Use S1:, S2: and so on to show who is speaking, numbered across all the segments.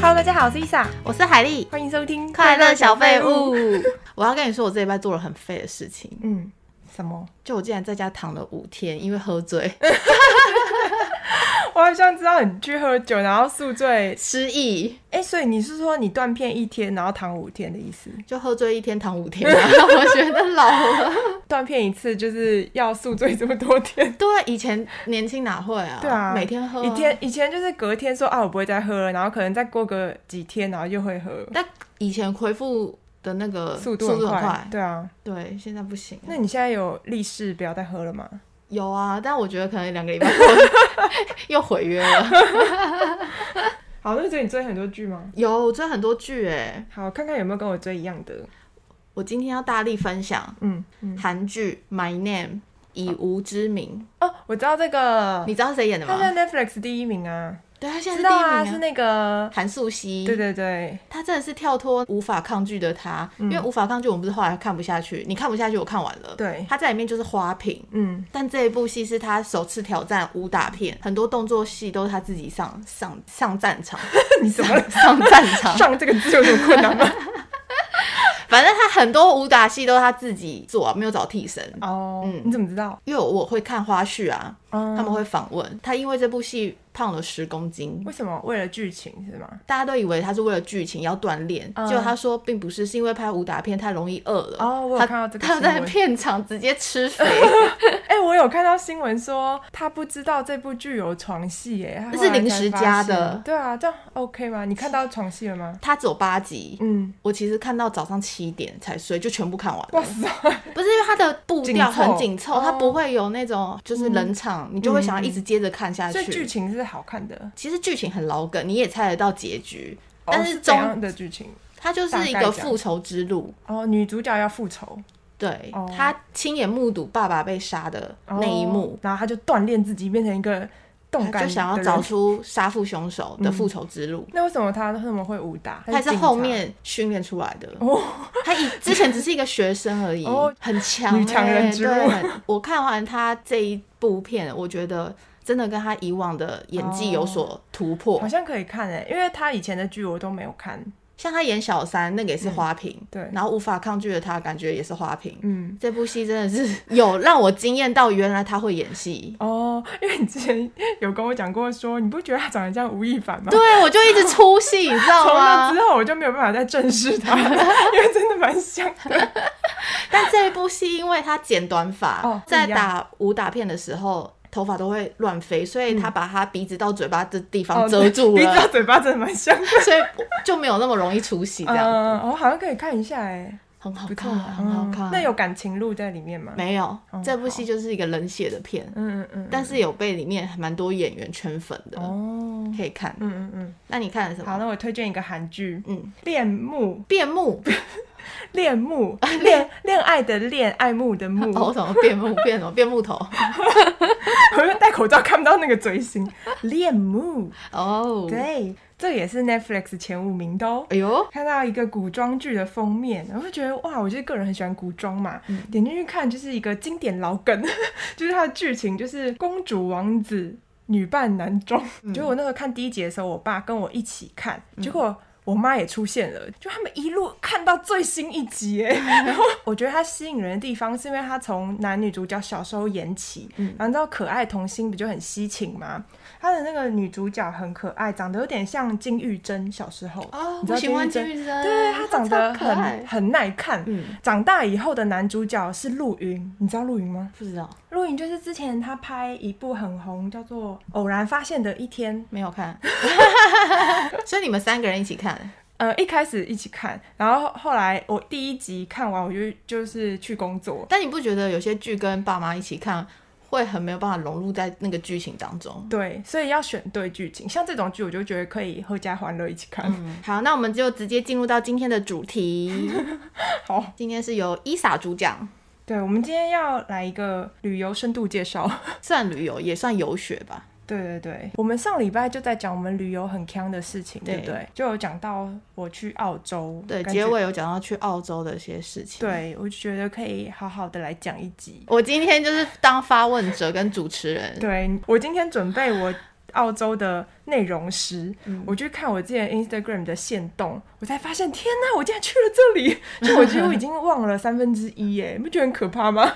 S1: 大家好，我是 Lisa，
S2: 我是海丽，
S1: 欢迎收听《
S2: 快乐小废物。》。 我要跟你说，我这礼拜做了很废的事情，
S1: 嗯，什么？
S2: 就我竟然在家躺了五天，因为喝醉
S1: 我好像知道你去喝酒，然后宿醉。
S2: 失忆，
S1: 哎、所以你是说你断片一天，然后躺五天的意思？
S2: 就喝醉一天躺五天、啊， 我觉得老了。
S1: 断片一次就是要宿醉这么多天？
S2: 对，啊以前年轻哪会啊？
S1: 对啊，
S2: 每天喝、啊，
S1: 以前以前就是隔天说啊，我不会再喝了，然后可能再过个几天，然后又会喝，
S2: 但以前恢复的那个
S1: 速
S2: 度
S1: 度很快。
S2: 快，
S1: 对啊，
S2: 对，现在不行了。啊
S1: 那你现在有立誓不要再喝了吗？
S2: 有啊，但我觉得可能两个礼 拜后又毁约了。
S1: 好，那所以你追很多剧吗？
S2: 有，我追很多剧哎、
S1: 好，看看有没有跟我追一样的。
S2: 我今天要大力分享
S1: 嗯嗯，
S2: 韩剧《My Name》，以无之名，
S1: 哦，我知道这个，
S2: 你知道谁演的
S1: 哦他
S2: 吗？
S1: 在 Netflix 第一名啊，
S2: 对，他现
S1: 知
S2: 在是第
S1: 道啊，
S2: 一
S1: 是
S2: 名、啊。
S1: 那个，
S2: 韩素汐，
S1: 对对对，
S2: 她真的是跳脱无法抗拒的她，
S1: 嗯
S2: 因为无法抗拒，我们不是后来看不下去，你看不下去，我看完了。
S1: 对
S2: 她在里面就是花瓶，
S1: 嗯，
S2: 但这一部戏是她首次挑战武打片，很多动作戏都是她自己上上上战场，
S1: 你怎么
S2: 上战场，
S1: 上这个字有什么困 难吗？
S2: 反正她很多武打戏都是她自己做、啊，没有找替身。
S1: 哦，
S2: 嗯
S1: 你怎么知道？
S2: 因为我会看花絮啊，
S1: 嗯
S2: 他们会访问她，因为这部戏胖了十公斤，
S1: 为什么为了剧情是吗？
S2: 大家都以为他是为了剧情要锻炼，
S1: 嗯
S2: 结果他说并不是，是因为拍武打片太容易饿了。
S1: 哦我有
S2: 他
S1: 看到这个
S2: 他在
S1: 新闻
S2: 片场直接吃肥，
S1: 哎、我有看到新闻说他不知道这部剧有床戏，哎，他
S2: 这
S1: 后来
S2: 是临
S1: 才
S2: 时
S1: 发
S2: 加
S1: 现
S2: 的
S1: 对啊，这样 OK 吗？你看到床戏了吗？
S2: 他只有八集。
S1: 嗯，
S2: 我其实看到早上七点才睡，就全部看完了。
S1: 哇塞，
S2: 不是因为他的步调很紧
S1: 紧凑
S2: 凑，
S1: 哦
S2: 他不会有那种就是冷场，你就会想要一直接着看下
S1: 嗯所以剧
S2: 去。
S1: 情是好看的，
S2: 其实剧情很老梗，你也猜得到结局，
S1: 哦
S2: 但
S1: 是
S2: 是
S1: 怎
S2: 中
S1: 样的剧情？
S2: 它就是一
S1: 大概讲
S2: 个复仇之路。
S1: 哦，女主角要复仇
S2: 对
S1: 哦，
S2: 他亲眼目睹爸爸被杀的那一幕，
S1: 哦然后他就锻炼自己，变成一个动感的人，嗯
S2: 他就想要找出杀父凶手的复仇之路。
S1: 那为什么他那么会武打？
S2: 他
S1: 还
S2: 是后面训练出来的，
S1: 哦
S2: 他以之前只是一个学生而已，
S1: 哦
S2: 很强、欸，
S1: 女强人之路
S2: 对很我看完他这一部片，我觉得真的跟他以往的演技有所突破。
S1: 哦好像可以看诶、因为他以前的剧我都没有看。
S2: 像他演小三，那个也是花瓶，
S1: 嗯对
S2: 然后无法抗拒的他，感觉也是花瓶。
S1: 嗯，
S2: 这部戏真的是有让我惊艳到，原来他会 演戏。
S1: 哦，因为你之前有跟我讲过说，你不觉得他长得像吴亦凡吗？
S2: 对，啊我就一直出戏，你知道
S1: 从那
S2: 吗
S1: 之？后我就没有办法再正视他，因为真的蛮像 的。
S2: 但这一部戏因为他剪短发，
S1: 哦不一
S2: 在
S1: 样
S2: 打武打片的时候头发都会乱飞，所以他把他鼻子到嘴巴的地
S1: 嗯哦
S2: 方遮住
S1: 鼻子
S2: 了，
S1: 到嘴巴真的蛮像的。
S2: 所以就没有那么容易出戏，这样、
S1: 嗯，我好像可以看一下诶、
S2: 很好
S1: 不错
S2: 看，啊
S1: 嘛，
S2: 很好看。
S1: 嗯那有感情路在里面吗？
S2: 没有
S1: 嗯？
S2: 这部戏就是一个冷血的片，
S1: 嗯嗯嗯。
S2: 但是有被里面蛮多演员圈粉的，
S1: 哦，
S2: 可以看。
S1: 嗯嗯嗯。
S2: 那你看了什
S1: 好，
S2: 么？
S1: 那我推荐一个韩剧
S2: 嗯，
S1: 《恋慕
S2: 变木，》，
S1: 恋慕，恋恋爱的恋，爱慕的慕。
S2: 哦，什么变木？变什么？变木头？
S1: 我又戴口罩看不到那个嘴型。恋慕，
S2: 哦，，
S1: 对，这也是 Netflix 前五名的哦。
S2: 哎呦，
S1: 看到一个古装剧的封面，我就觉得哇，我就是个人很喜欢古装嘛，点进去看就是一个经典老梗， 就是它的剧情就是公主王子女扮男装。结果我那时候看第一集的时候，我爸跟我一起看，结果。我妈也出现了，就他们一路看到最新一集哎，然后我觉得它吸引人的地方是因为它从男女主角小时候演起，然后你知道可爱童星不就很吸睛吗？她的那个女主角很可爱，长得有点像金玉珍小时候，
S2: 哦，
S1: 你知道
S2: 我喜欢金
S1: 玉珍
S2: 玉珍，
S1: 对，他长得
S2: 超可爱
S1: 很很耐看。
S2: 嗯
S1: 长大以后的男主角是陆云，你知道陆云吗？
S2: 不知道，
S1: 陆云就是之前他拍一部很红，叫做《偶然发现的一天》。
S2: 没有看， 所以你们三个人一起看，
S1: 呃，一开始一起看，然后后来我第一集看完，我就就是去工作。
S2: 但你不觉得有些剧跟爸妈一起看会很没有办法融入在那个剧情当中？
S1: 对，所以要选对剧情，像这种剧，我就觉得可以合家欢乐一起看。
S2: 好，那我们就直接进入到今天的主题。
S1: 好，
S2: 今天是由伊莎主讲，
S1: 对，我们今天要来一个旅游深度介绍。
S2: 算旅游也算游学吧。
S1: 对对对，我们上礼拜就在讲我们旅游很坑的事情，对不
S2: 对
S1: 对？就有讲到我去澳洲，
S2: 对，
S1: 感觉
S2: 结尾有讲到去澳洲的一些事情。，
S1: 对，我就觉得可以好好的来讲一集。
S2: 我今天就是当发问者跟主持人。
S1: 对我今天准备我澳洲的内容师，
S2: 嗯
S1: 我去看我之前 Instagram 的线动，我才发现，天哪，我竟然去了这里！ 就我几乎已经忘了三分之一，耶，你不觉得很可怕吗？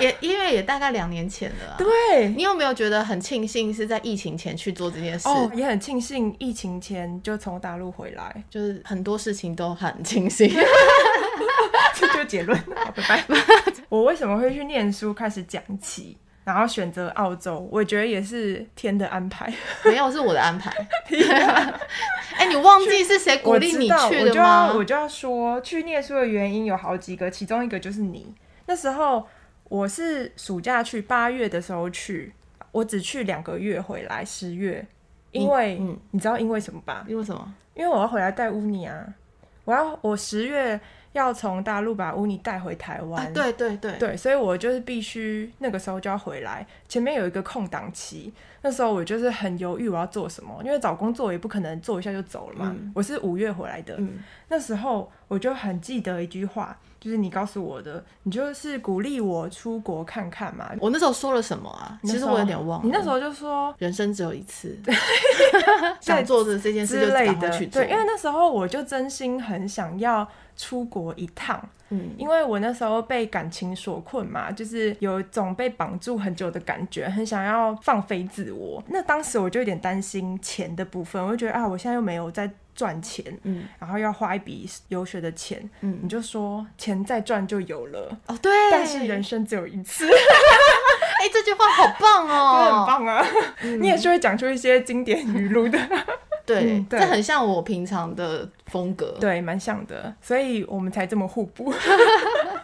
S2: 也因为也大概两年前了、啊。
S1: 对，
S2: 你有没有觉得很庆幸是在疫情前去做这件事？
S1: 哦，也很庆幸疫情前就从大陆回来，
S2: 就是很多事情都很庆幸。
S1: 这就结论，好，拜拜。我为什么会去念书开始讲起？然后选择澳洲，我觉得也是天的安排，
S2: 没有是我的安 排。哎欸，你忘记是谁鼓励你去
S1: 的吗？我就要我就要说，去念书的原因有好几个，其中一个就是你。那时候我是暑假去，八月的时候去，我只去两个月，回来十月，因为、嗯、你知道因为什么吧？
S2: 因为什么？
S1: 因为我要回来带乌尼啊，我要我十月。要从大陆把乌尼带回台湾、啊，
S2: 对对对，
S1: 对，所以我就是必须那个时候就要回来。前面有一个空档期，那时候我就是很犹豫我要做什么，因为找工作也不可能做一下就走了嘛。嗯、我是五月回来的，嗯、那时候我就很记得一句话，就是你告诉我的，你就是鼓励我出国看看嘛。
S2: 我那时候说了什么啊？其实我有点忘了。
S1: 你那时候就说
S2: 人生只有 一次，想做的这件事
S1: 之类的，
S2: 去
S1: 对，因为那时候我就真心很想要。出国一趟，嗯，因为我那时候被感情所困嘛，就是有一种被绑住很久的感觉，很想要放飞自我。那当时我就有点担心钱的部分，我就觉得啊，我现在又没有在赚钱，嗯，然后要花一笔游学的钱，嗯，你就说钱再赚就有了，
S2: 哦对，
S1: 但是人生只有一次。
S2: 哎、欸，这句话好棒
S1: 哦，真的很棒啊！嗯、你也是会讲出一些经典语录 的。
S2: 对，嗯、对这很像我平常的风格，
S1: 对，蛮像的，所以我们才这么互补。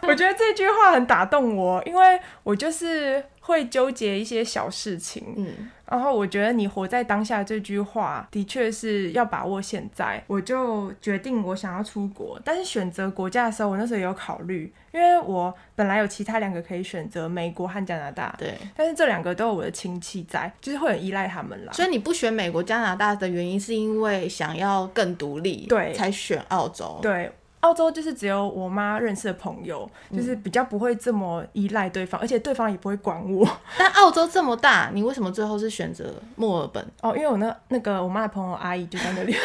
S1: 我觉得这句话很打动我，因为我就是会纠结一些小事情，嗯，然后我觉得你活在当下这句话的确是要把握现在。我就决定我想要出国，但是选择国家的时候，我那时候有考虑，因为我本来有其他两个可以选择，美国和加拿大，
S2: 对，
S1: 但是这两个都有我的亲戚在，就是会很依赖他们啦。
S2: 所以你不选美国、加拿大的原因是因为想要更独立，
S1: 对，
S2: 才选澳洲，
S1: 对。澳洲就是只有我妈认识的朋友，就是比较不会这么依赖对方，嗯、而且对方也不会管我。
S2: 但澳洲这么大，你为什么最后是选择墨尔本？
S1: 哦，因为我那那个我妈的朋友阿姨就在那里，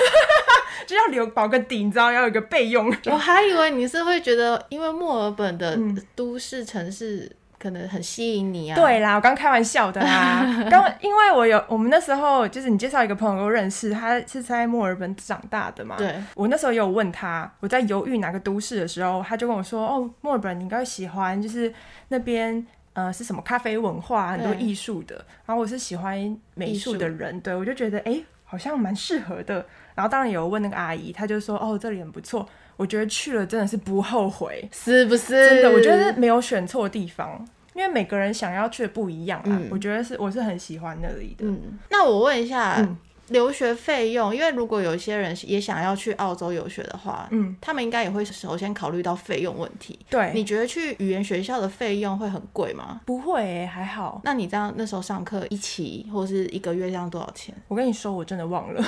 S1: 就要留保个底，你知道，要有一个备用。
S2: 我还以为你是会觉得，因为墨尔本的都市城市。嗯可能很吸引你
S1: 嗯
S2: 啊！
S1: 对啦，我刚开玩笑的啦。刚因为我有我们那时候就是你介绍一个朋友给我认识，他是在墨尔本长大的嘛。
S2: 对。
S1: 我那时候也有问他，我在犹豫哪个都市的时候，他就跟我说：“哦，墨尔本你应该喜欢，就是那边呃是什么咖啡文化，很多艺术的。”然后我是喜欢美术的人，对我就觉得哎、欸、好像蛮适合的。然后当然有问那个阿姨，她就说：“哦，这里很不错。”我觉得去了真的是不后悔，
S2: 是不是？
S1: 真的，我觉得没有选错地方，因为每个人想要去的不一样啊。嗯、我觉得是，我是很喜欢那里的。
S2: 嗯，那我问一下，嗯、留学费用，因为如果有一些人也想要去澳洲游学的话，嗯，他们应该也会首先考虑到费用问题。
S1: 对，
S2: 你觉得去语言学校的费用会很贵吗？
S1: 不会、欸，还好。
S2: 那你这样那时候上课一期或是一个月这样多少 钱？
S1: 我跟你说，我真的忘 了。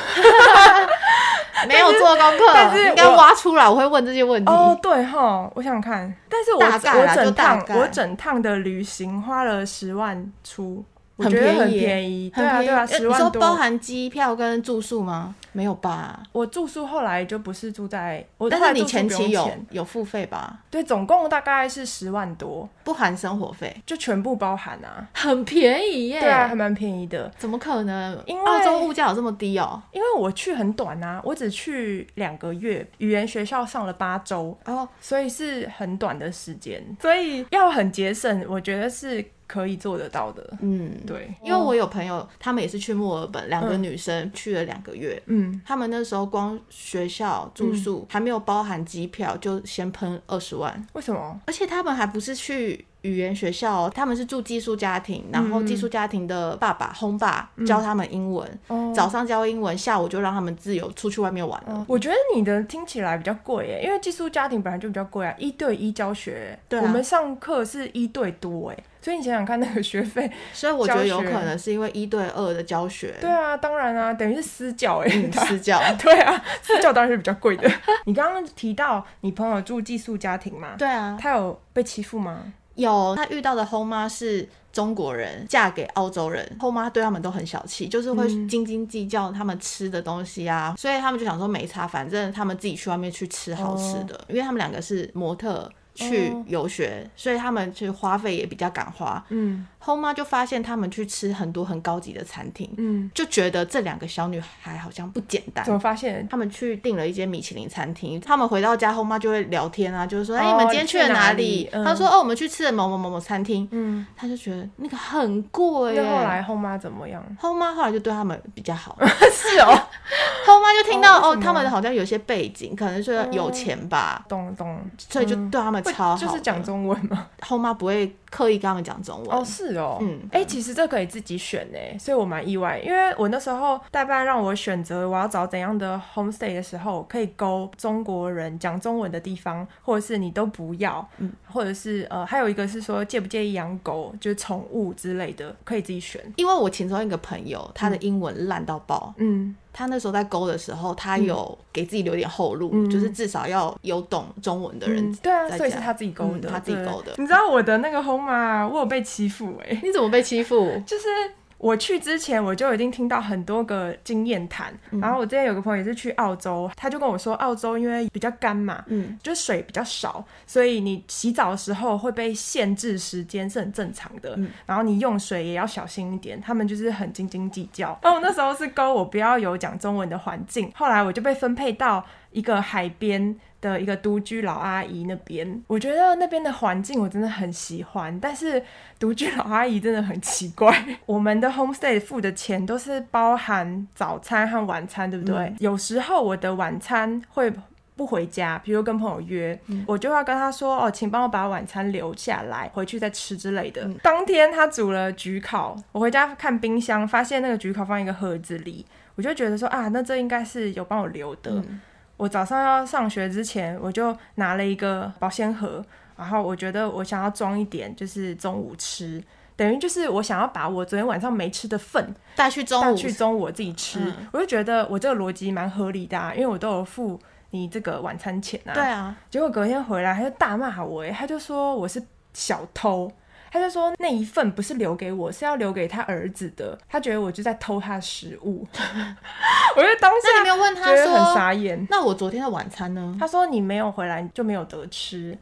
S2: 没有做功课，
S1: 但是
S2: 应该挖出来。我会问这些问题。
S1: 哦，对哈，我想看。但是我我整趟
S2: 我
S1: 整趟的旅行花了十万出，我觉得很便宜。对啊对啊，十万多。
S2: 呃你说包含机票跟住宿吗？没有吧？
S1: 我住宿后来就不是住在，我
S2: 但是你前期有有付费吧？
S1: 对，总共大概是十万多，
S2: 不含生活费，
S1: 就全部包含啊，
S2: 很便宜耶。
S1: 对啊，还蛮便宜的。
S2: 怎么可能？
S1: 因为
S2: 澳洲物价有这么低哦？
S1: 因为我去很短啊，我只去两个月，语言学校上了八周
S2: 哦，
S1: 所以是很短的时间，所以要很节省，我觉得是。可以做得到的，
S2: 嗯，
S1: 对，
S2: 因为我有朋
S1: 哦
S2: 友，他们也是去墨尔本，两个女生去了两个月，
S1: 嗯，
S2: 他们那时候光学校住宿、嗯、还没有包含机票，就先喷二十万，
S1: 为什么？
S2: 而且他们还不是去语言学校，哦他们是住寄宿家庭，然后寄宿家庭的爸爸、轰、嗯、爸教他们英文，
S1: 嗯、
S2: 早上教英文，下午就让他们自由出去外面玩了。
S1: 哦我觉得你的听起来比较贵耶，因为寄宿家庭本来就比较贵啊，一对一教学，
S2: 对、啊，
S1: 我们上课是一对多哎。所以你想想看，那个学费，
S2: 所以我觉得有可能是因为一 对嗯二的教学。
S1: 对啊，当然啊，等于是私教哎、欸，
S2: 私教。
S1: 对啊，私教当然是比较贵的。你刚刚提到你朋友住寄宿家庭嘛？
S2: 对啊，
S1: 他有被欺负吗？
S2: 有，她遇到的后妈是中国人，嫁给澳洲人，后妈对他们都很小气，就是会斤斤计较他们吃的东西啊，所以他们就想说没差，反正他们自己去外面去吃好吃的，因为他们两个是模特。去游学，所以他们去花费也比较敢花。嗯，后妈就发现他们去吃很多很高级的餐厅，嗯，就觉得这两个小女孩好像不简单。
S1: 怎么发现？
S2: 他们去订了一间米其林餐厅，他们回到家后妈就会聊天啊，就是说，哎、哦欸，你们今天去了哪里？他、嗯、说，哦，我们去吃了某某某某餐厅。嗯，他就觉得那个很贵。
S1: 那后来后妈怎 么样？
S2: 后妈后来就对他们比 较好。
S1: 是哦，
S2: 后妈就听到哦，哦他们好像有些背景，可能是有钱吧。
S1: 懂懂，
S2: 所以就对他们。超好
S1: 嗯就是讲中文吗？
S2: 后妈不会刻意跟他们讲中文
S1: 哦，是哦，嗯，哎、欸，其实这可以自己选哎，所以我蛮意外，因为我那时候代办让我选择我要找怎样的 homestay 的时候，可以勾中国人讲中文的地方，或者是你都不要，嗯、或者是呃，还有一个是说介不介意养狗，就是宠物之类的，可以自己选。
S2: 因为我其中一个朋友，他的
S1: 嗯
S2: 英文烂到爆，嗯。嗯他那时候在勾的时候，他有给自己留点后路，嗯、就是至少要有懂中文的人、嗯。
S1: 对啊，所以是他自己勾的，嗯、
S2: 他自己勾的。
S1: 你知道我的那个 home 啊，我有被欺负哎、欸！
S2: 你怎么被欺负？
S1: 就是我去之前我就已经听到很多个经验谈，
S2: 嗯
S1: 然后我之前有个朋友也是去澳洲，他就跟我说，澳洲因为比较干嘛，嗯，就水比较少，所以你洗澡的时候会被限制时间是很正常的，然后你用水也要小心一点，他们就是很斤斤计较。然后我那时候是勾我不要有讲。讲中文的环境，后来我就被分配到一个海边的一个独居老阿姨那边。我觉得那边的环境我真的很喜欢，但是独居老阿姨真的很奇怪。 我们的 homestay 付的钱都是包含早餐和晚餐，对不对？嗯、有时候我的晚餐会。不回家，比如跟朋友约，嗯、我就要跟他说哦，请帮我把晚餐留下来，回去再吃之类的。嗯、当天他煮了焗烤，我回家看冰箱，发现那个焗烤放一个盒子里，我就觉得说啊，那这应该是有帮我留的。嗯、我早上要上学之前，我就拿了一个保鲜盒，然后我觉得我想要装一点，就是中午吃。等于就是我想要把我昨天晚上没吃的份
S2: 带去中
S1: 午，带去中午我自己吃。
S2: 嗯
S1: 我就觉得我这个逻辑蛮合理的、啊，因为我都有付。你这个晚餐钱啊？
S2: 对啊，
S1: 结果隔天回来他就大骂我、欸，他就说我是小偷，他就说那一份不是留给我，是要留给他儿子的，他觉得我就在偷他食 物。我就当时
S2: 那你没有问他说
S1: 很傻眼，
S2: 那我昨天的晚餐呢？
S1: 他说你没有回来就没有得吃。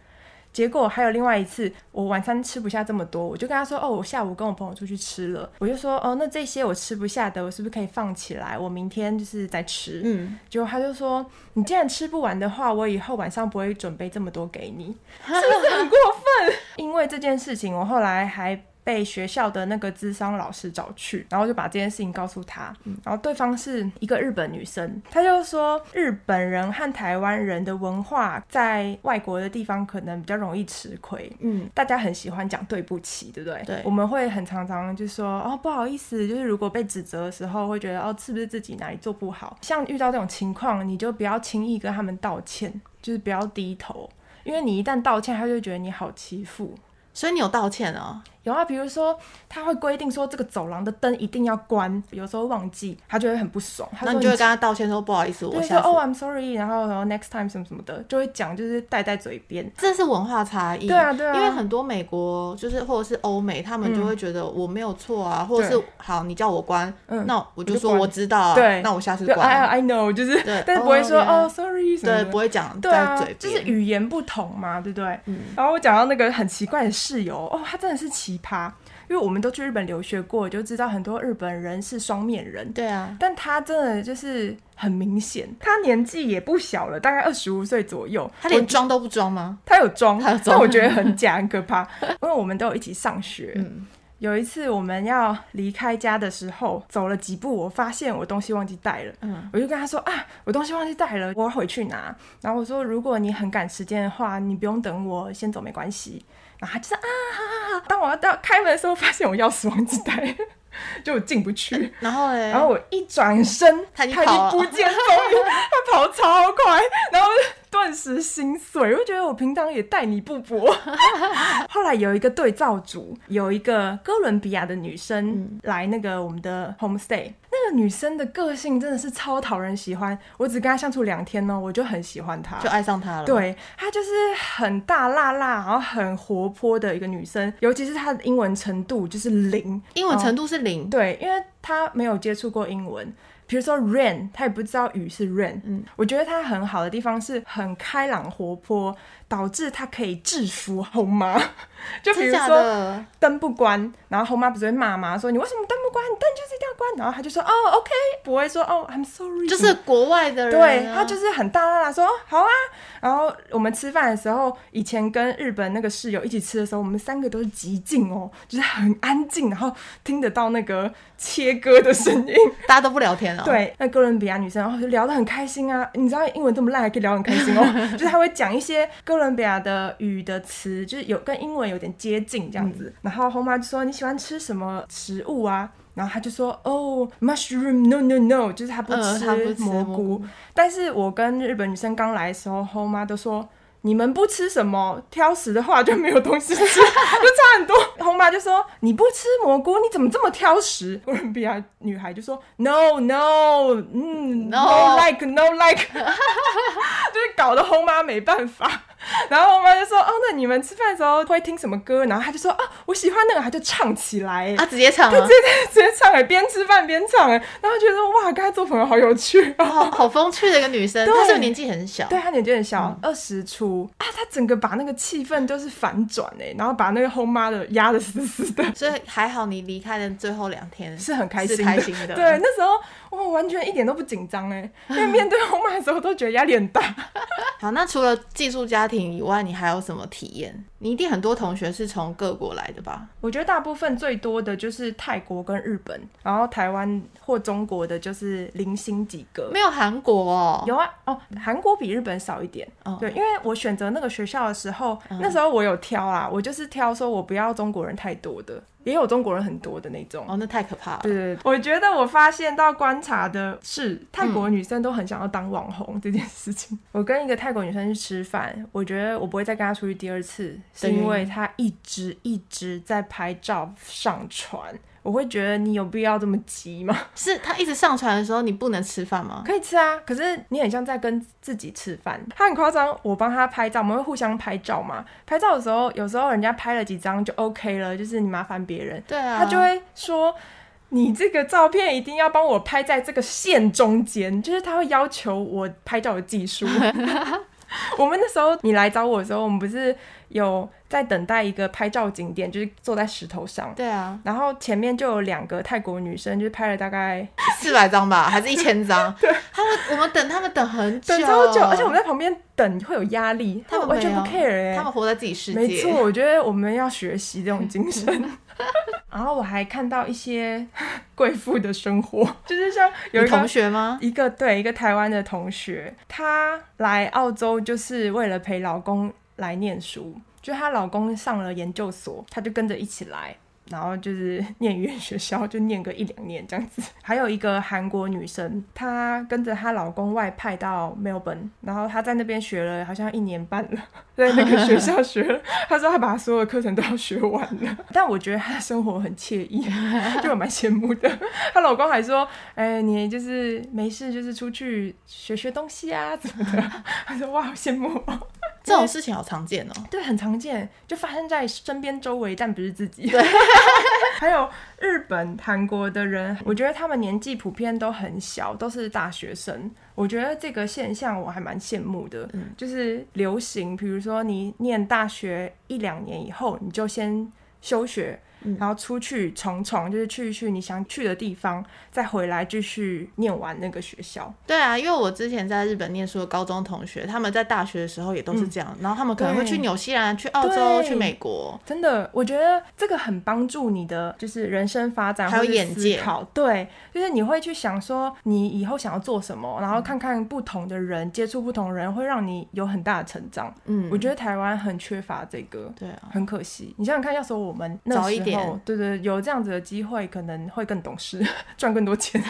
S1: 结果还有另外一次，我晚餐吃不下这么多，我就跟他说：“哦，我下午跟我朋友出去吃了。”我就说：“哦，那这些我吃不下的，我是不是可以放起来？我明天就是再吃。”嗯，结果他就说：“你既然吃不完的话，我以后晚上不会准备这么多给你。”是不是很过分？因为这件事情，我后来还。被学校的那个智商老师找去，然后就把这件事情告诉他，然后对方是一个日本女生，她就说日本人和台湾人的文化在外国的地方可能比较容易吃亏，嗯，大家很喜欢讲对不起，对不对？
S2: 对，
S1: 我们会很常常就说哦不好意思，就是如果被指责的时候会觉得哦是不是自己哪里做不好？像遇到这种情况，你就不要轻易跟他们道歉，就是不要低头，因为你一旦道歉，他就觉得你好欺负。
S2: 所以你有道歉哦？
S1: 有啊，比如说他会规定说这个走廊的灯一定要关，有时候忘记，他就会很不爽。
S2: 那你就会跟他道歉说不啊好意思，我
S1: 说哦，I'm sorry，然后然后 next time 什么什么的，就会讲就是带在嘴边。
S2: 这是文化差异。
S1: 对啊对啊，
S2: 因为很多美国就是或者是欧美，他们就会觉得我没有错啊，或者是好你叫我关，
S1: 嗯
S2: 那嗯我就说我知道，啊
S1: 对，
S2: 那我下次关。
S1: I I know，就是 但是不会说哦 sorry
S2: 嗯对，不会讲
S1: 对啊，
S2: 就是
S1: 语言不同嘛，对不对？
S2: 嗯
S1: 然后我讲到那个很奇怪的室友，哦，他真的是奇葩。因为我们都去日本留学过，就知道很多日本人是双面人。
S2: 对啊，
S1: 但他真的就是很明显，他年纪也不小了，大概二十五岁左右。
S2: 他连装都不装吗？
S1: 他有装，
S2: 他有
S1: 但我觉得很假，很可怕。因为我们都有一起上学。嗯有一次我们要离开家的时候，走了几步，我发现我东西忘记带了，嗯，我就跟他说啊，我东西忘记带了，我要回去拿。然后我说，如果你很赶时间的话，你不用等我，先走没关系。然后他就是啊，好好好。当我要到开门的时候，发现我钥匙忘记带， 就进不去。
S2: 然后嘞，
S1: 然后我一转身，
S2: 他已
S1: 经不见踪影，他跑超快，然后。顿时心碎，我觉得我平常也待你不薄。 后来有一个对照组，有一个哥伦比亚的女生来那个我们的 homestay，、嗯、那个女生的个性真的是超讨人喜欢。我只跟她相处两天哦呢，我就很喜欢她，
S2: 就爱上他了。，
S1: 对她就是很大辣辣，然后很活泼的一个女生，尤其是她的英文程度就是零，
S2: 英文程度是零，
S1: 对，因为她没有接触过英文。比如说 rain，她也不知道雨是 rain。嗯，我觉得她很好的地方是很开朗活泼，导致她可以制服红妈。 就比
S2: 真
S1: 如
S2: 假
S1: 说嗯
S2: 的？
S1: 灯不关，然后后妈不是会骂嘛，说你为什么灯不关？你灯就是一定要关。然后她就说哦，OK，不会说哦，I'm sorry，
S2: 就是国外的人啊、
S1: 对他就是很大大大说哦好啊，然后我们吃饭的时候，以前跟日本那个室友一起吃的时候，我们三个都是极静哦，就是很安静，然后听得到那个切割的声音。
S2: 大家都不聊天啊、，
S1: 对，那哥伦比亚女生，然后就聊得很开心啊。你知道英文这么烂还可以聊得很开心哦，就是她会讲一些哥伦比亚的语的词，就是有跟英文有点接近这样
S2: 嗯
S1: 子。然后后妈就说你喜欢吃什么食物啊？然后她就说哦，mushroom no no no，就是她不
S2: 嗯她不吃
S1: 蘑
S2: 蘑
S1: 菇。但是我跟日本女生刚来的时候，后妈都说。你们不吃什么？挑食的话就没有东西吃，就 差很多。红妈就说：“你不吃蘑菇，你怎么这么挑食？”哥伦比亚女孩就说：“No No，嗯
S2: No
S1: like No like，就是搞得红妈没办法。”然后红妈就说：“哦，那你们吃饭的时候会听什么歌？”然后她就说：“啊，我喜欢那个。”她就唱起来，
S2: 啊，直接唱
S1: 她
S2: 啊
S1: 直，接直接唱哎，边吃饭边唱哎，然后觉得哇，跟她做朋友好有趣哦。
S2: 好好风趣的一个女生，
S1: 对
S2: 她是不是年纪很小？
S1: 对他年纪很小，二十、出啊，他整个把那个气氛就是反转哎、然后把那个后妈的压得死死的，
S2: 所以还好你离开的最后两天
S1: 是很开
S2: 是
S1: 心
S2: 开心的，
S1: 对，，那时候我完全一点都不紧张 哎，因为面对后妈的时候都觉得压力很大。
S2: 好，那除了寄宿家庭以外，你还有什么体验？你一定很多同学是从各国来的吧？
S1: 我觉得大部分最多的就是泰国跟日本，然后台湾或中国的就是零星几个。
S2: 没有韩国哦，
S1: 有啊，哦，韩国比日本少一点，
S2: 哦
S1: 对，因为我选择那个学校的时候，那时候我有挑啦，我就是挑说我不要中国人太多的，也有中国人很多的那种，
S2: 哦，那太可怕了。
S1: 对对，对我觉得我发现到观察的是，泰国女生都很想要当网红这件事情。我跟一个泰国女生去吃饭，我觉得我不会再跟她出去第二次，是
S2: 的原
S1: 因为
S2: 因
S1: 她一直一直在拍照上传。我会觉得你有必要这么急吗？
S2: 是他一直上传的时候，你不能吃饭吗？
S1: 可以吃啊，可是你很像在跟自己吃饭。她很夸张，我帮她拍照，我们会互相拍照嘛。拍照的时候，有时候人家拍了几张就 OK 了，就是你麻烦别人。
S2: 对啊，
S1: 他就会说。你这个照片一定要帮我拍在这个线中间，就是他会要求我拍照的技术。 我们那时候你来找我的时候，我们不是有在等待一个拍照景点，就是坐在石头上，
S2: 对啊，
S1: 然后前面就有两个泰国女生，就是拍了大概
S2: 四百 张吧，还是一千张？他们我们等他们等很久，
S1: 等超久，而且我们在旁边等会有压力，
S2: 哦他们
S1: 完全
S2: 没
S1: 不
S2: 有
S1: care 哎、
S2: 他们活在自己世界，
S1: 没错，我觉得我们要学习这种精神。 然后我还看到一些贵妇的生 活，就是像有
S2: 你
S1: 一
S2: 同
S1: 个
S2: 学吗？
S1: 一个对一个台湾的同学，她来澳洲就是为了陪老公来念书，就她老公上了研究所，她就跟着一起来。然后就是念语言学校，就念个一两年这样子。 还有一个韩国女生，她跟着她老公外派到墨尔本，然后她在那边学了好像一年半了， 在那个学校学了。她说她把所有的课程都要学完了， 但我觉得她的生活很惬意， 就我蛮羡慕的。她老公还说：“哎，你就是没事就是出去学学东西啊，怎么的？” 她说：“哇，好羡慕、哦。
S2: 这种事情好常见哦。”
S1: 对，很常见，就发生在身边周围，但不是自己。对。 还有日本、韩国的人，我觉得他们年纪普遍都很小，都是大学生。我觉得这个现象我还蛮羡慕的，就是流行，比如说你念大学一两年以后，你就先休学，然后出去闯闯，就是去去你想去的地方，再回来继续念完那个学校。
S2: 对啊，因为我之前在日本念书的高中同学，他们在大学的时候也都是这样，然后他们可能会
S1: 嗯对
S2: 去纽西兰、去澳洲、
S1: 对
S2: 去美国。
S1: 真的，我觉得这个很帮助你的，就是人生发展
S2: 还有
S1: 或是
S2: 眼界
S1: 思考。对，就是你会去想说你以后想要做什么，然后看看不同的人，接触不同人，会让你有很大的成长。
S2: 嗯
S1: 我觉得台湾很缺乏这个，
S2: 对啊，
S1: 很可惜。你想想看，要是我们那时候
S2: 早一点
S1: 后，对对，有这样子的机会，可能会更懂事， 赚更多钱。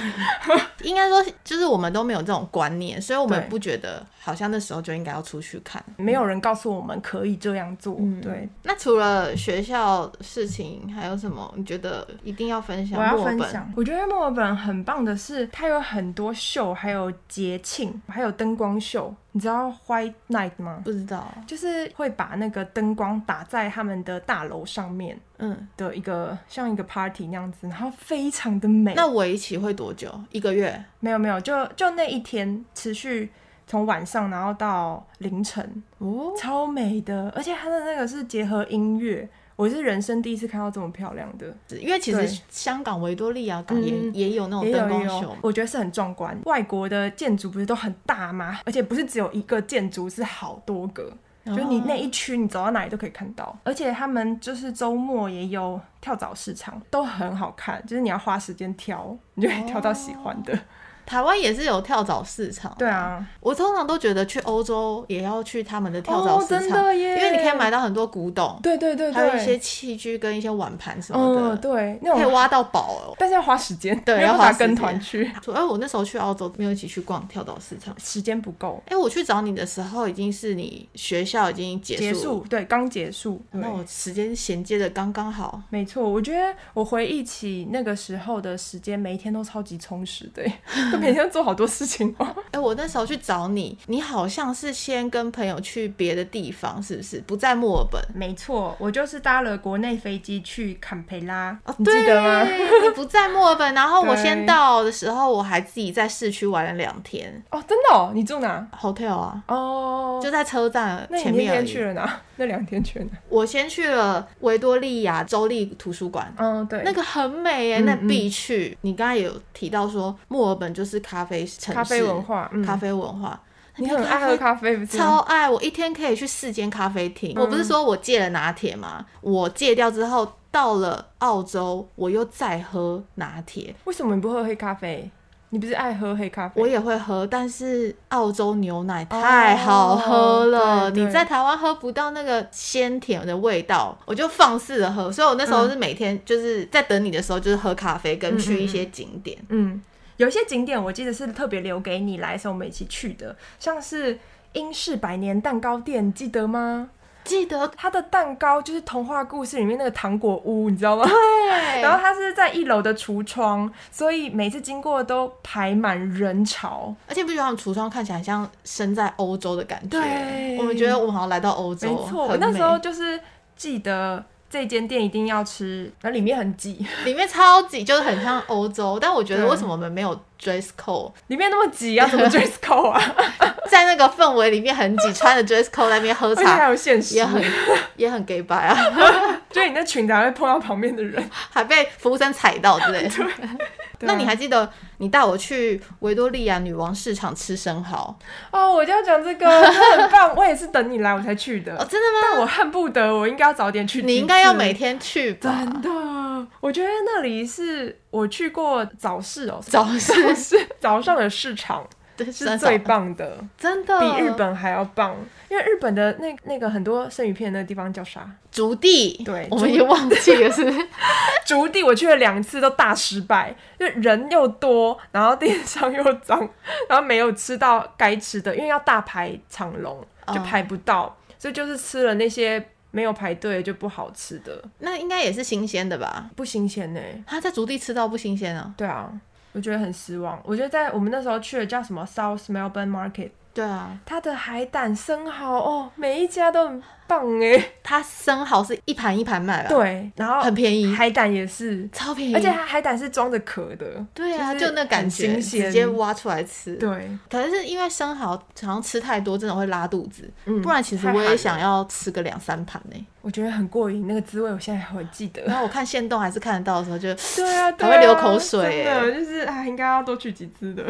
S2: 应该说，就是我们都没有这种观念，所以我们
S1: 对
S2: 不觉得好像那时候就应该要出去看。
S1: 没有人告诉我们可以这样做，
S2: 嗯
S1: 对。
S2: 那除了学校事情，还有什么你觉得一定要分享？
S1: 我要
S2: 墨尔
S1: 分
S2: 本
S1: 享，我觉得墨尔本很棒的是，它有很多秀，还有节庆，还有灯光秀。你知道 White Night 吗？
S2: 不知道，
S1: 就是会把那个灯光打在他们的大楼上面
S2: 嗯，
S1: 的一个像一个 party 那样子，然后非常的美。
S2: 那围棋会多久？一个月？
S1: 没有没有，就就那一天持续从晚上然后到凌晨，
S2: 哦，
S1: 超美的，而且它的那个是结合音乐，我是人生第一次看到这么漂亮的。
S2: 因为其实
S1: 对
S2: 香港维多利亚港也、
S1: 嗯
S2: 也有那种
S1: 也有
S2: 哦灯
S1: 也
S2: 光
S1: 有
S2: 秀，，
S1: 我觉得是很壮观。外国的建筑不是都很大吗？而且不是只有一个建筑，是好多个。
S2: 哦
S1: 就你那一区，你走到哪里都可以看到。而且他们就是周末也有跳蚤市场，都很好看。就是你要花时间挑，你就可以挑到喜欢
S2: 哦
S1: 的。
S2: 台湾也是有跳蚤市场。
S1: 对，啊，
S2: 我通常都觉得去欧洲也要去他们的跳蚤市场，
S1: 哦真的
S2: 因
S1: 耶
S2: 为你可以买到很多古董，
S1: 对对对对，
S2: 还有一些器具跟一些碗盘什么的，
S1: 嗯，对，那
S2: 可以
S1: 种
S2: 挖到宝哦。
S1: 但是要花时间，
S2: 对
S1: 没有
S2: 要
S1: 办
S2: 花
S1: 法
S2: 时间
S1: 跟团去，
S2: 所以我那时候去澳洲没有一起去逛跳蚤市场。
S1: 时间不够。
S2: 哎、我去找你的时候，已经是你学校已经结束，哦
S1: 结束，对，刚结束。对
S2: 那我时间衔接的刚刚好。
S1: 没错，我觉得我回忆起那个时候的时间，每一天都超级充实的耶，就每天 都做好多事情哦。
S2: 哎、我那时候去找你，你好像是先跟朋友去别的地方，是不是？不在墨尔本。
S1: 没错，我就是搭了国内飞机去坎培拉，
S2: 哦，
S1: 你记得吗？
S2: 对？你不在墨尔本，然后我
S1: 对
S2: 先到的时候，我还自己在市区玩了两天
S1: 哦，真的、哦？你住哪？
S2: ，hotel 啊，
S1: 哦，
S2: 就在车站
S1: 那你
S2: 前
S1: 那
S2: 面而
S1: 天去
S2: 已。
S1: 了哪？ 那两天去了哪？
S2: 我先去了维多利亚州立图书馆，
S1: 嗯，对，
S2: 那个很美耶，
S1: 嗯
S2: 那必去。你刚才有提到说墨尔本就是咖啡城市，
S1: 咖啡文，化，嗯，
S2: 咖啡文化。
S1: 你
S2: 那个
S1: 很爱喝咖啡，不是？
S2: 超爱！我一天可以去四间咖啡厅。我不
S1: 嗯
S2: 是说我戒了拿铁吗？我戒掉之后，到了澳洲，我又再喝拿铁。
S1: 为什么你不喝黑咖啡？你不是爱喝黑咖啡？
S2: 我也会喝，但是澳洲牛奶太好喝了，
S1: 哦对对
S2: 你在台湾喝不到那个鲜甜的味道，我就放肆的喝。所以我那
S1: 嗯
S2: 时候是每天就是在等你的时候，就是喝咖啡跟去一些景点。
S1: 嗯，有一些景点我记得是特别留给你来的时候我们一起去的，像是英式百年蛋糕店，你记得吗？
S2: 记得
S1: 它的蛋糕就是童话故事里面那个糖果屋，你知道吗？
S2: 对，
S1: 然后它是在一楼的橱窗，所以每次经过都排满人潮。
S2: 而且不觉得他们橱窗看起来像身在欧洲的感觉？
S1: 对
S2: 我们觉得我们好像来到欧洲，
S1: 没错，我
S2: 很
S1: 那时候
S2: 美
S1: 就是记得这间店一定要吃，那里面很挤，
S2: 里面超级就是很像欧洲，但我觉得
S1: 对
S2: 为什么我们没有 dress code，
S1: 里面那么挤啊，怎么 dress code 啊？
S2: 在那个氛围里面很挤，穿着 dress code 在那边喝
S1: 而且还
S2: 茶。
S1: 有限时
S2: 也，很也很 gay 白啊，
S1: 就你那裙子还会碰到旁边的人。
S2: 还被服务生踩到之类 的。
S1: 对啊
S2: 那你还记得你带我去维多利亚女王市场吃生蚝？
S1: 哦，我就要讲这个，真的很棒，我也是等你来我才去的。
S2: 哦，真的吗？
S1: 但我恨不得我应该要早点去几次。
S2: 你应该要每天去吧。
S1: 真的，我觉得那里是我去过早市哦，
S2: 早 市
S1: 市早上的市场
S2: 对，
S1: 是
S2: 是
S1: 最，棒的，
S2: 真的
S1: 比日本还要棒。因为日本的那那个很多生鱼片的地方叫啥？
S2: 竹地，
S1: 对
S2: 我们也忘记了，是不是？
S1: 竹地，我去了两次都大失败，就人又多，然后电商又脏，然后没有吃到该吃的，因为要大排长龙，
S2: 哦
S1: 就排不到，所以就是吃了那些没有排队就不好吃的，
S2: 那应该也是新鲜的吧？
S1: 不新鲜欸呢、
S2: 他在竹地吃到不新鲜啊？
S1: 对啊，我觉得很失望。我觉得在我们那时候去的叫什么 South Melbourne Market，
S2: 对啊，
S1: 它的海胆生蚝哦，每一家都很棒哎。
S2: 它生蚝是一盘一盘卖吧？，
S1: 对，然后
S2: 很便宜，
S1: 海胆也是，
S2: 哦超便宜，
S1: 而且它海胆是装着壳的。
S2: 对啊，
S1: 是
S2: 就那感觉，
S1: 很新鲜
S2: 直接挖出来吃。，
S1: 对，
S2: 可能是因为生蚝好像吃太多，真的会拉肚子。
S1: 嗯
S2: 不然其实
S1: 太
S2: 我也
S1: 寒
S2: 想
S1: 了
S2: 要吃个两三盘 呢、
S1: 我觉得很过瘾，那个滋味我现在还会记 得。
S2: 然后我看现动还是看得到的时候，就
S1: 对啊，对啊
S2: 还会流口水欸
S1: 真的就是啊，应该要多去几次的。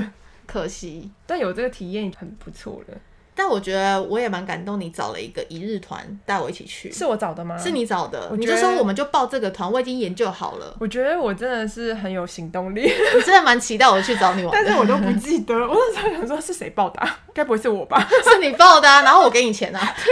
S2: 可惜。
S1: 但有这个体验很不错了，
S2: 但我觉得我也蛮感动，你找了一个一日团带我一起去，
S1: 是我找的吗？
S2: 是。你找的，
S1: 我
S2: 你
S1: 觉
S2: 就
S1: 得。
S2: 说我们就报这个团，我已经研究好了
S1: 我觉得我真的是很有行动力，
S2: 我真的蛮期待我去找你 玩
S1: 但
S2: 的，
S1: 是我都不记得。我那时候想说是谁报答，该不会是我吧？
S2: 是你报的、啊，然后我给你钱啊。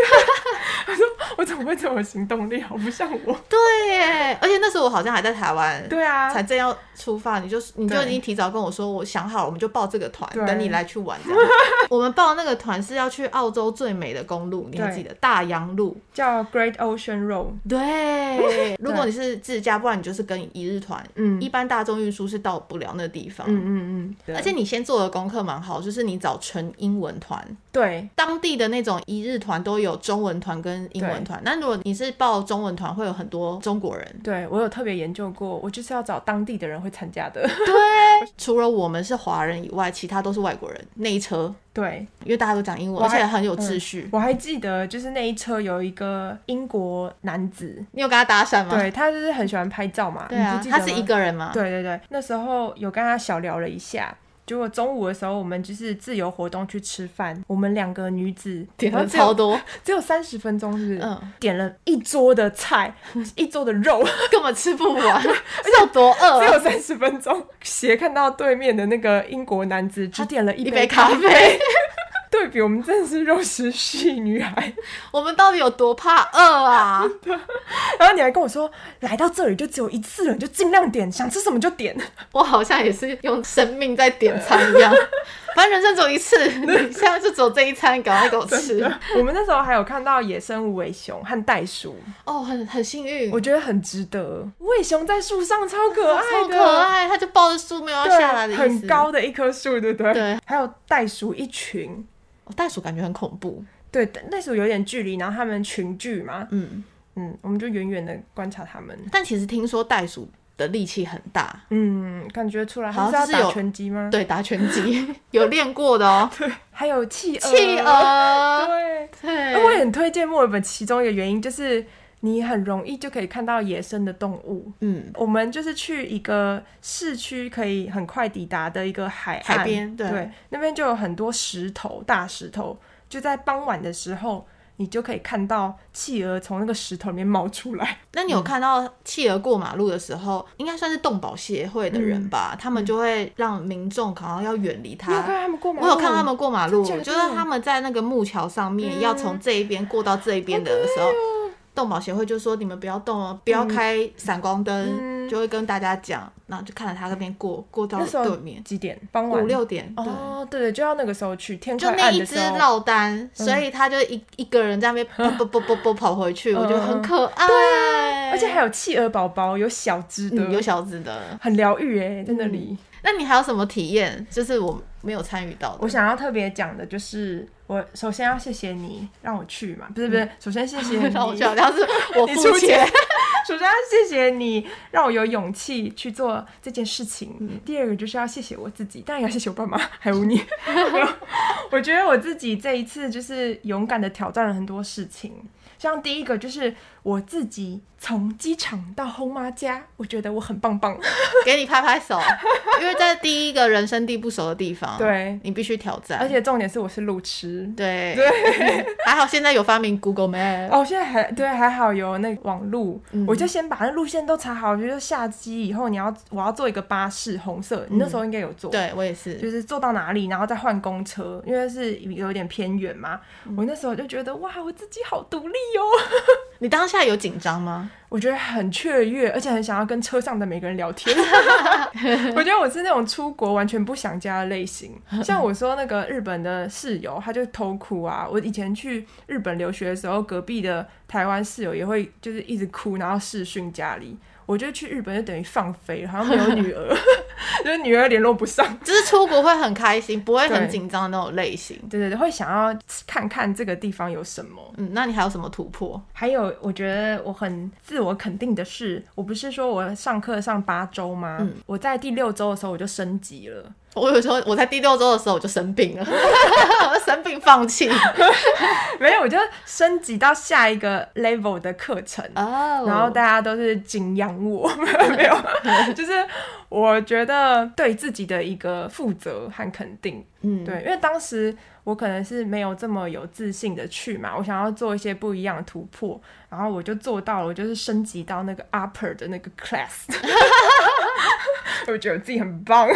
S1: 我怎么会这么行动力？好不像我。
S2: 对耶，而且那时候我好像还在台湾，
S1: 对啊，
S2: 才正要出发，你就你就
S1: 对
S2: 已经提早跟我说，我想好了，我们就报这个团，
S1: 对
S2: 等你来去玩这样。 我们报那个团是要去澳洲最美的公路，你还
S1: 对
S2: 记得大洋路？
S1: 叫 Great Ocean Road。
S2: 对， 如果你是自驾，不然你就是跟一日团。
S1: 嗯
S2: 一般大众运输是到不了那个地方。
S1: 嗯嗯嗯，对
S2: 而且你先做的功课蛮好，就是你找纯英文团，
S1: 对
S2: 当地的那种一日团都有中文团跟英文团。那如果你是报中文团，会有很多中国人。
S1: 对，我有特别研究过，我就是要找当地的人会参加 的。
S2: 除了我们是华人以外，其他都是外国人。那一车，
S1: 对，
S2: 因为大家都讲英文，
S1: 我
S2: 而
S1: 还
S2: 且很有秩序。
S1: 我还记得，就是那一车有一个英国男子，
S2: 你有跟他搭讪吗？
S1: 对他就是很喜欢拍照嘛。
S2: 对
S1: 你
S2: 啊
S1: 不，记得
S2: 他
S1: 吗
S2: 是一。个人吗？
S1: 对对对，那时候有跟他小聊了一下。结果中午的时候，我们就是自由活动去吃饭，我们两个女子
S2: 点
S1: 然
S2: 了
S1: 后只
S2: 超
S1: 有
S2: 多，
S1: 只有三十分钟，是不是？
S2: 嗯，
S1: 点了一桌的 菜，一桌的肉，
S2: 根本吃不 完，有多 饿
S1: 只
S2: 啊、
S1: 有三十分钟。 斜看到对面的那个英国男子，只点了一
S2: 一
S1: 杯
S2: 杯咖
S1: 啡。
S2: 啡，
S1: 对比我们真的是肉食系女孩，
S2: 我们到底有多怕饿 啊？
S1: 然后你还跟我说，来到这里就只有一次了，你就尽量点，想吃什么就点。
S2: 我好像也是用生命在点餐 一样，反正人生只有一次，你现在就只有这一餐，赶快给我吃。
S1: 我们那时候还有看到野生无尾熊和袋鼠，
S2: 哦，很很幸运，哦
S1: 我觉得很值得。无尾熊在树上超可爱
S2: 超
S1: 的，
S2: 可爱，它就抱着树没有要
S1: 对啊
S2: 下来的意思。
S1: 很，高的一棵树，对不对？
S2: 对。哦
S1: 还有袋鼠一群，
S2: 袋鼠感觉很恐怖。
S1: 对，袋鼠有点距离，然后它们群聚嘛，
S2: 嗯，
S1: 嗯，我们就远远的观察它们。
S2: 但其实听说袋鼠的力气很大，
S1: 嗯，感觉出来它
S2: 好
S1: 是要
S2: 像是
S1: 打
S2: 有
S1: 拳击吗？，
S2: 对，打拳击 有练过的哦。
S1: 还有 企鹅，
S2: 企，鹅，
S1: 对，
S2: 对，
S1: 那我也很推荐墨尔本，其中一个原因就是你很容易就可以看到野生的动物。
S2: 嗯，
S1: 我们就是去一个市区可以很快抵达的一个海岸
S2: 海边对
S1: 那边就有很多石头，大石头，就在傍晚的时候，你就可以看到企鹅从那个石头里面冒出来。
S2: 那你有看到企鹅过马路的时候，应该算是动保协会的人吧？他们就会让民众好像要远离它。
S1: 嗯你有看到他们过马路？
S2: 我有看他们过马路，
S1: 真假
S2: 就是
S1: 的
S2: 他们在那个木桥上面、
S1: 嗯哎
S2: 要从这一边过到这一边的时候，动保协会就说你们不要动哦，不要开闪光灯，
S1: 嗯
S2: 就会跟大家讲，然后就看着他那边过过到
S1: 那时候
S2: 对面
S1: 几点？傍晚
S2: 五六点，对。
S1: 哦，对对，就要那个时候去，天
S2: 就
S1: 快
S2: 那
S1: 暗
S2: 一
S1: 的时
S2: 只
S1: 候。嗯
S2: 落单，所以他就一一个人在 那边啵啵啵啵啵跑回去，我觉得
S1: 嗯
S2: 很可爱。
S1: 啊而且还有企鹅宝宝，有小只的，
S2: 嗯有小嗯子的。
S1: 很疗愈哎，在那里。
S2: 那你还有什么体验？就是我没有参与到的
S1: 我。想要特别讲的就是，我首先要谢谢你让我去嘛，不是不是，首先谢谢你，
S2: 嗯 让我去好像是我
S1: 你
S2: 付
S1: 出
S2: 钱
S1: 钱， 首先要谢谢你让我有勇气去做这件事情。
S2: 嗯
S1: 第二个就是要谢谢我自己，当然也要谢谢我爸妈还有你。 没有我觉得我自己这一次就是勇敢的挑战了很多事情，像第一个就是我自己从机场到后妈家，我觉得我很棒
S2: 哦
S1: 棒。
S2: 给你拍拍手，因为在第一个人生地不熟的地方，
S1: 对
S2: 你必须挑战，
S1: 而且重点是我是路痴，
S2: 对对， 还好现在有发明 Google Map，、
S1: 哦，现在还对，还好有那个网路，
S2: 嗯
S1: 我就先把那路线都查好。我觉得下机以后，你要我要坐一个巴士，红色，你那时候应该有坐，，
S2: 嗯对我也是，
S1: 就是坐到哪里，然后再换公车，因为是有点偏远嘛。
S2: 嗯
S1: 我那时候就觉得哇，我自己好独立哦，
S2: 你当下有紧张吗？
S1: 我觉得很雀跃，而且很想要跟车上的每个人聊 天。我觉得我是那种出国完全不想家的类型，像我说那个日本的室友，他就偷哭啊。我以前去日本留学的时候，隔壁的台湾室友也会就是一直哭，然后视讯家里。我觉得去日本就等于放飞了，好像没有女儿， 就是女儿联络不上。
S2: 就是出国会很开心，不会
S1: 对
S2: 很紧张的那种类型。
S1: 对对对，会想要看看这个地方有什么。
S2: 嗯，那你还有什么突破？
S1: 还有，我觉得我很自我肯定的是，我不是说我上课上八周吗？我在第六周的时候我就升级了。
S2: 我有时候我在第六周的时候我就生病了， 我生病放弃。
S1: 没有，我就升级到下一个 level 的课程。
S2: 哦
S1: 然后大家都是敬仰我， 没有，就是我觉得对自己的一个负责和肯定，
S2: 嗯，
S1: 对，因为当时我可能是没有这么有自信的去嘛，我想要做一些不一样的突破，然后我就做到了，我就是升级到那个 upper 的那个 class，我觉得我自己很棒，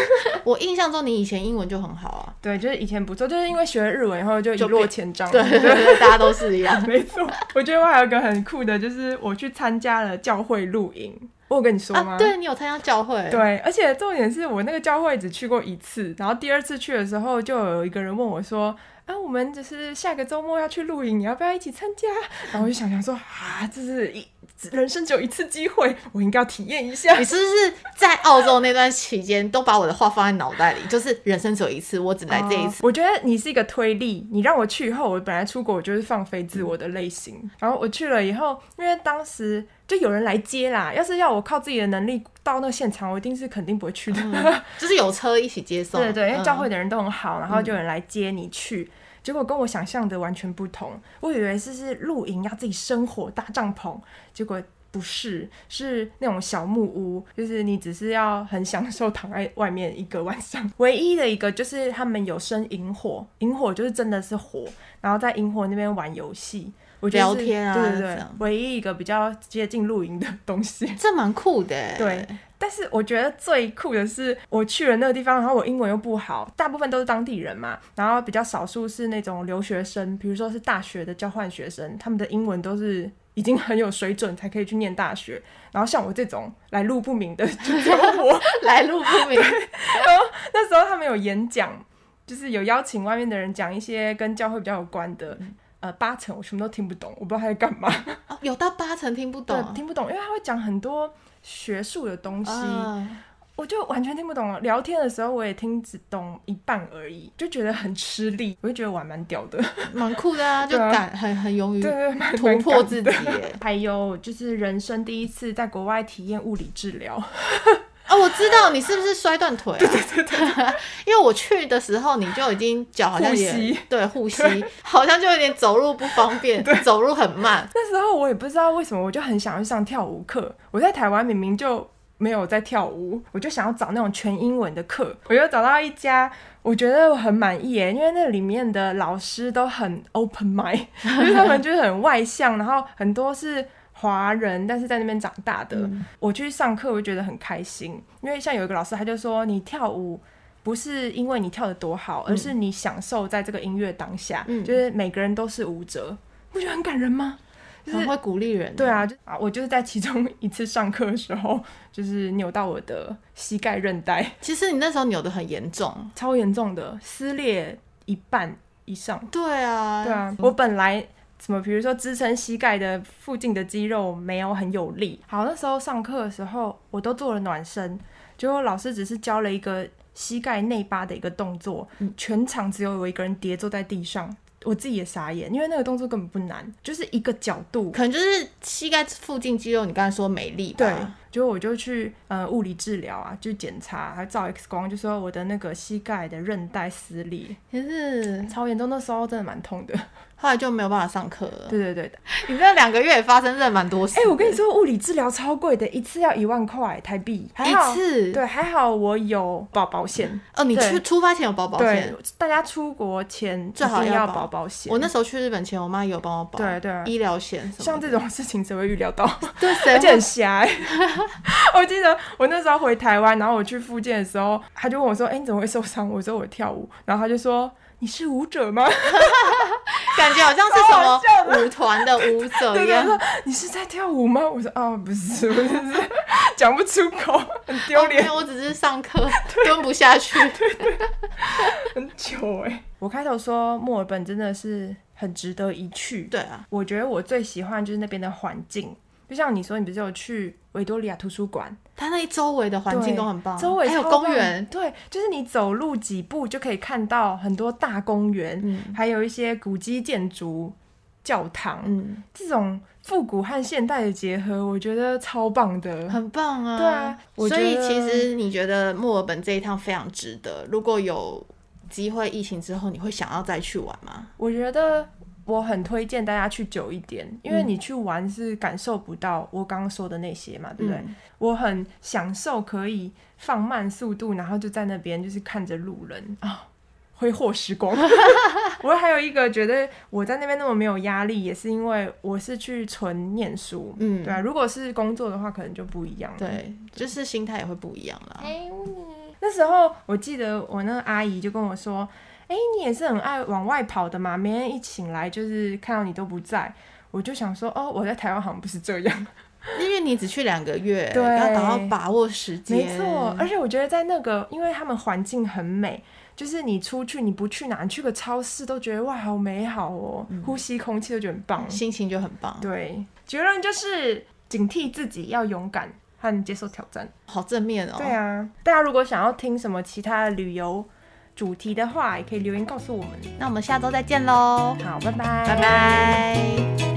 S2: 我印象中你以前英文就很好啊，
S1: 对，就是以前不错，就是因为学了日文以后就一
S2: 就
S1: 落
S2: 变
S1: 千丈。
S2: 对对对，大家都是一样。 啊
S1: 没错，我觉得我还有一个很酷的，就是我去参加了教会露营，我有跟你说吗？
S2: 啊，对你有参加教会？
S1: 对，而且重点是我那个教会只去过一次，然后第二次去的时候，就有一个人问我说：“啊，我们就是下个周末要去露营，你要不要一起参加？”然后我就想想说：“啊，这是一人生只有一次机会，我应该要体验一 下。
S2: 你是不是在澳洲那段期间都把我的话放在脑袋里？就是人生只有一次，我只来这一
S1: 哦
S2: 次。
S1: 我觉得你是一个推力，你让我去以后，我本来出国我就是放飞自我的类型，然后我去了以后，因为当时就有人来接啦，要是要我靠自己的能力到那个现场，我一定是肯定不会去的。
S2: 就是有车一起接送。
S1: 哦对对，因为教会
S2: 嗯
S1: 的人都很好，然后就有人来接你去。结果跟我想象的完全不同，我以为是是露营要自己生火搭帐篷，结果不是，是那种小木屋，就是你只是要很享受躺在外面一个晚上。 唯一的一个就是他们有生萤火，萤火就是真的是火，然后在萤火那边玩游戏，我觉得
S2: 聊
S1: 是
S2: 天啊
S1: 对对
S2: 这
S1: 对
S2: 样，
S1: 唯一一个比较接近露营的东西。
S2: 这蛮酷的。欸
S1: 对，但是我觉得最酷的是，我去了那个地方，然后我英文又不好，大部分都是当地人嘛，然后比较少数是那种留学生，比如说是大学的交换学生，他们的英文都是已经很有水准才可以去念大学。然后像我这种来路不明的，就只有我。
S2: 来路不明。
S1: 那时候他们有演讲，就是有邀请外面的人讲一些跟教会比较有关的。
S2: 嗯
S1: 呃，八成我什么都听不懂，我不知道他在干嘛，
S2: 哦有到八成听不懂
S1: 对，
S2: 啊。
S1: 听不懂，因为他会讲很多学术的东西，
S2: 啊
S1: 我就完全听不懂了。聊天的时候我也听只懂一半而已，就觉得很吃力。我就觉得我还蛮屌的，
S2: 蛮酷的啊，就
S1: 对啊
S2: 敢很很勇于
S1: 对对，蛮
S2: 突破自。己
S1: 蛮敢的
S2: 耶。
S1: 还有就是人生第一次在国外体验物理治疗，
S2: 啊，我知道你是不是摔断腿、啊？对对对 因为我去的时候你就已经脚好像也
S1: 护膝
S2: 对护膝，好像就有点走路不方便，走路很慢。
S1: 那时候我也不知道为什么，我就很想要去上跳舞课。我在台湾明明就没有在跳舞，我就想要找那种全英文的课。我就找到一家，我觉得我很满意耶，因为那里面的老师都很 open mind，就是他们就是很外向，然后很多是。华人，但是在那边长大的，我去上课，我就觉得很开心，因为像有一个老师，他就说你跳舞不是因为你跳得多好，而是你享受在这个音乐当下，
S2: 嗯
S1: 就是每个人都是舞者，不觉得很感人吗？就是
S2: 很会鼓励人，
S1: 对，啊，就啊，我就是在其中 一次上课的时候，就是扭到我的膝盖韧带，
S2: 其实你那时候扭的很严重，
S1: 超严重的，撕裂一半以上。
S2: 对啊，
S1: 对啊，我本来什么，比如说支撑膝盖的附近的肌肉没有很有力。好，那时候上课的时候，我都做了暖身，结果老师只是教了一个膝盖内八的一个动作，全场只有我一个人跌坐在地上。我自己也傻眼，因为那个动作根本不难，就是一个角度，
S2: 可能就是膝盖附近肌肉，你刚才说没力吧，
S1: 对，结果我就去呃物理治疗啊，就检查，还照 X 光，就说我的那个膝盖的韧带撕裂，
S2: 可是
S1: 超严重，那时候真的蛮痛的。
S2: 后来就没有办法上课 了。
S1: 对对对的，
S2: 你这两个月也发生真的蛮多事的，
S1: 哎、我跟你说，物理治疗超贵的，一次要一嗯万块台币，还好
S2: 一，次，
S1: 对，还好我有保保险，
S2: 哦，你
S1: 对
S2: 去出发前有保保
S1: 对
S2: 险，，
S1: 大家出国前一
S2: 最好
S1: 定
S2: 要
S1: 要
S2: 保
S1: 保保险。
S2: 我那时候去日本前，我妈也有帮我保，
S1: 对对啊
S2: 医疗险什么的，
S1: 像这种事情谁会预料到？
S2: 对，谁
S1: 而且
S2: 会
S1: 很狭隘。 我记得我那时候回台湾，然后我去复健的时候，他就问我说：“哎、你怎么会受伤？”我说：“我跳舞。”然后他就说：“你是舞者吗
S2: 感觉好像是什么舞团的舞？”者
S1: 对
S2: 一
S1: 对，
S2: 样
S1: 他。说：“你是在跳舞吗？”我说：“哦，不是，我就是 讲不出口，很丢
S2: 哦，没
S1: 脸，
S2: 有，我只是上课蹲不下 去。
S1: 很糗哎、我开头说墨尔本真的是很值得一去，
S2: 对啊，
S1: 我觉得我最喜欢就是那边的环境。就像你说，你不是有去维多利亚图书馆，
S2: 它那周围的环境都很棒，
S1: 周围
S2: 哦还有
S1: 超棒啊
S2: 公园，
S1: 对，就是你走路几步就可以看到很多大公园，
S2: 嗯
S1: 还有一些古迹建筑、教堂，
S2: 嗯，
S1: 这种复古和现代的结合，我觉得超棒的。
S2: 很棒啊。
S1: 对啊我
S2: 所以
S1: 觉得
S2: 其实你觉得墨尔本这一趟非常值得，如果有机会疫情之后，你会想要再去玩吗？
S1: 我觉得我很推荐大家去久一点，因
S2: 嗯
S1: 为你去玩是感受不到我刚刚说的那些嘛，对不对？
S2: 嗯
S1: 我很享受可以放慢速度，然后就在那边就是看着路人
S2: 哦
S1: 啊。挥霍时 光，我还有一个觉得我在那边那么没有压力，也是因为我是去纯念书，
S2: 嗯
S1: 对啊。嗯如果是工作的话，可能就不一样了。
S2: 对，就是
S1: 哎
S2: 心态也会不一样啦。
S1: 那时候我记得我那个阿姨就跟我说：“哎、你也是很爱往外跑的嘛，每天一醒来就是看到你都不在，我就想说，哦，我在台湾好像不是这样。
S2: 因为你只去两个月，
S1: 对
S2: 要好好把握时间。
S1: 没错，而且我觉得在那个，因为他们环境很美，就是你出去你不去哪，你去个超市都觉得哇好美好哦，呼吸空气都觉得很棒。
S2: 心情就很棒，
S1: 对，结论就是警惕自己，要勇敢和接受挑战。
S2: 好正面哦。
S1: 对啊，大家如果想要听什么其他的旅游主题的话，也可以留言告诉我们。哦
S2: 那我们下周再见喽，
S1: 好，拜拜，
S2: 拜拜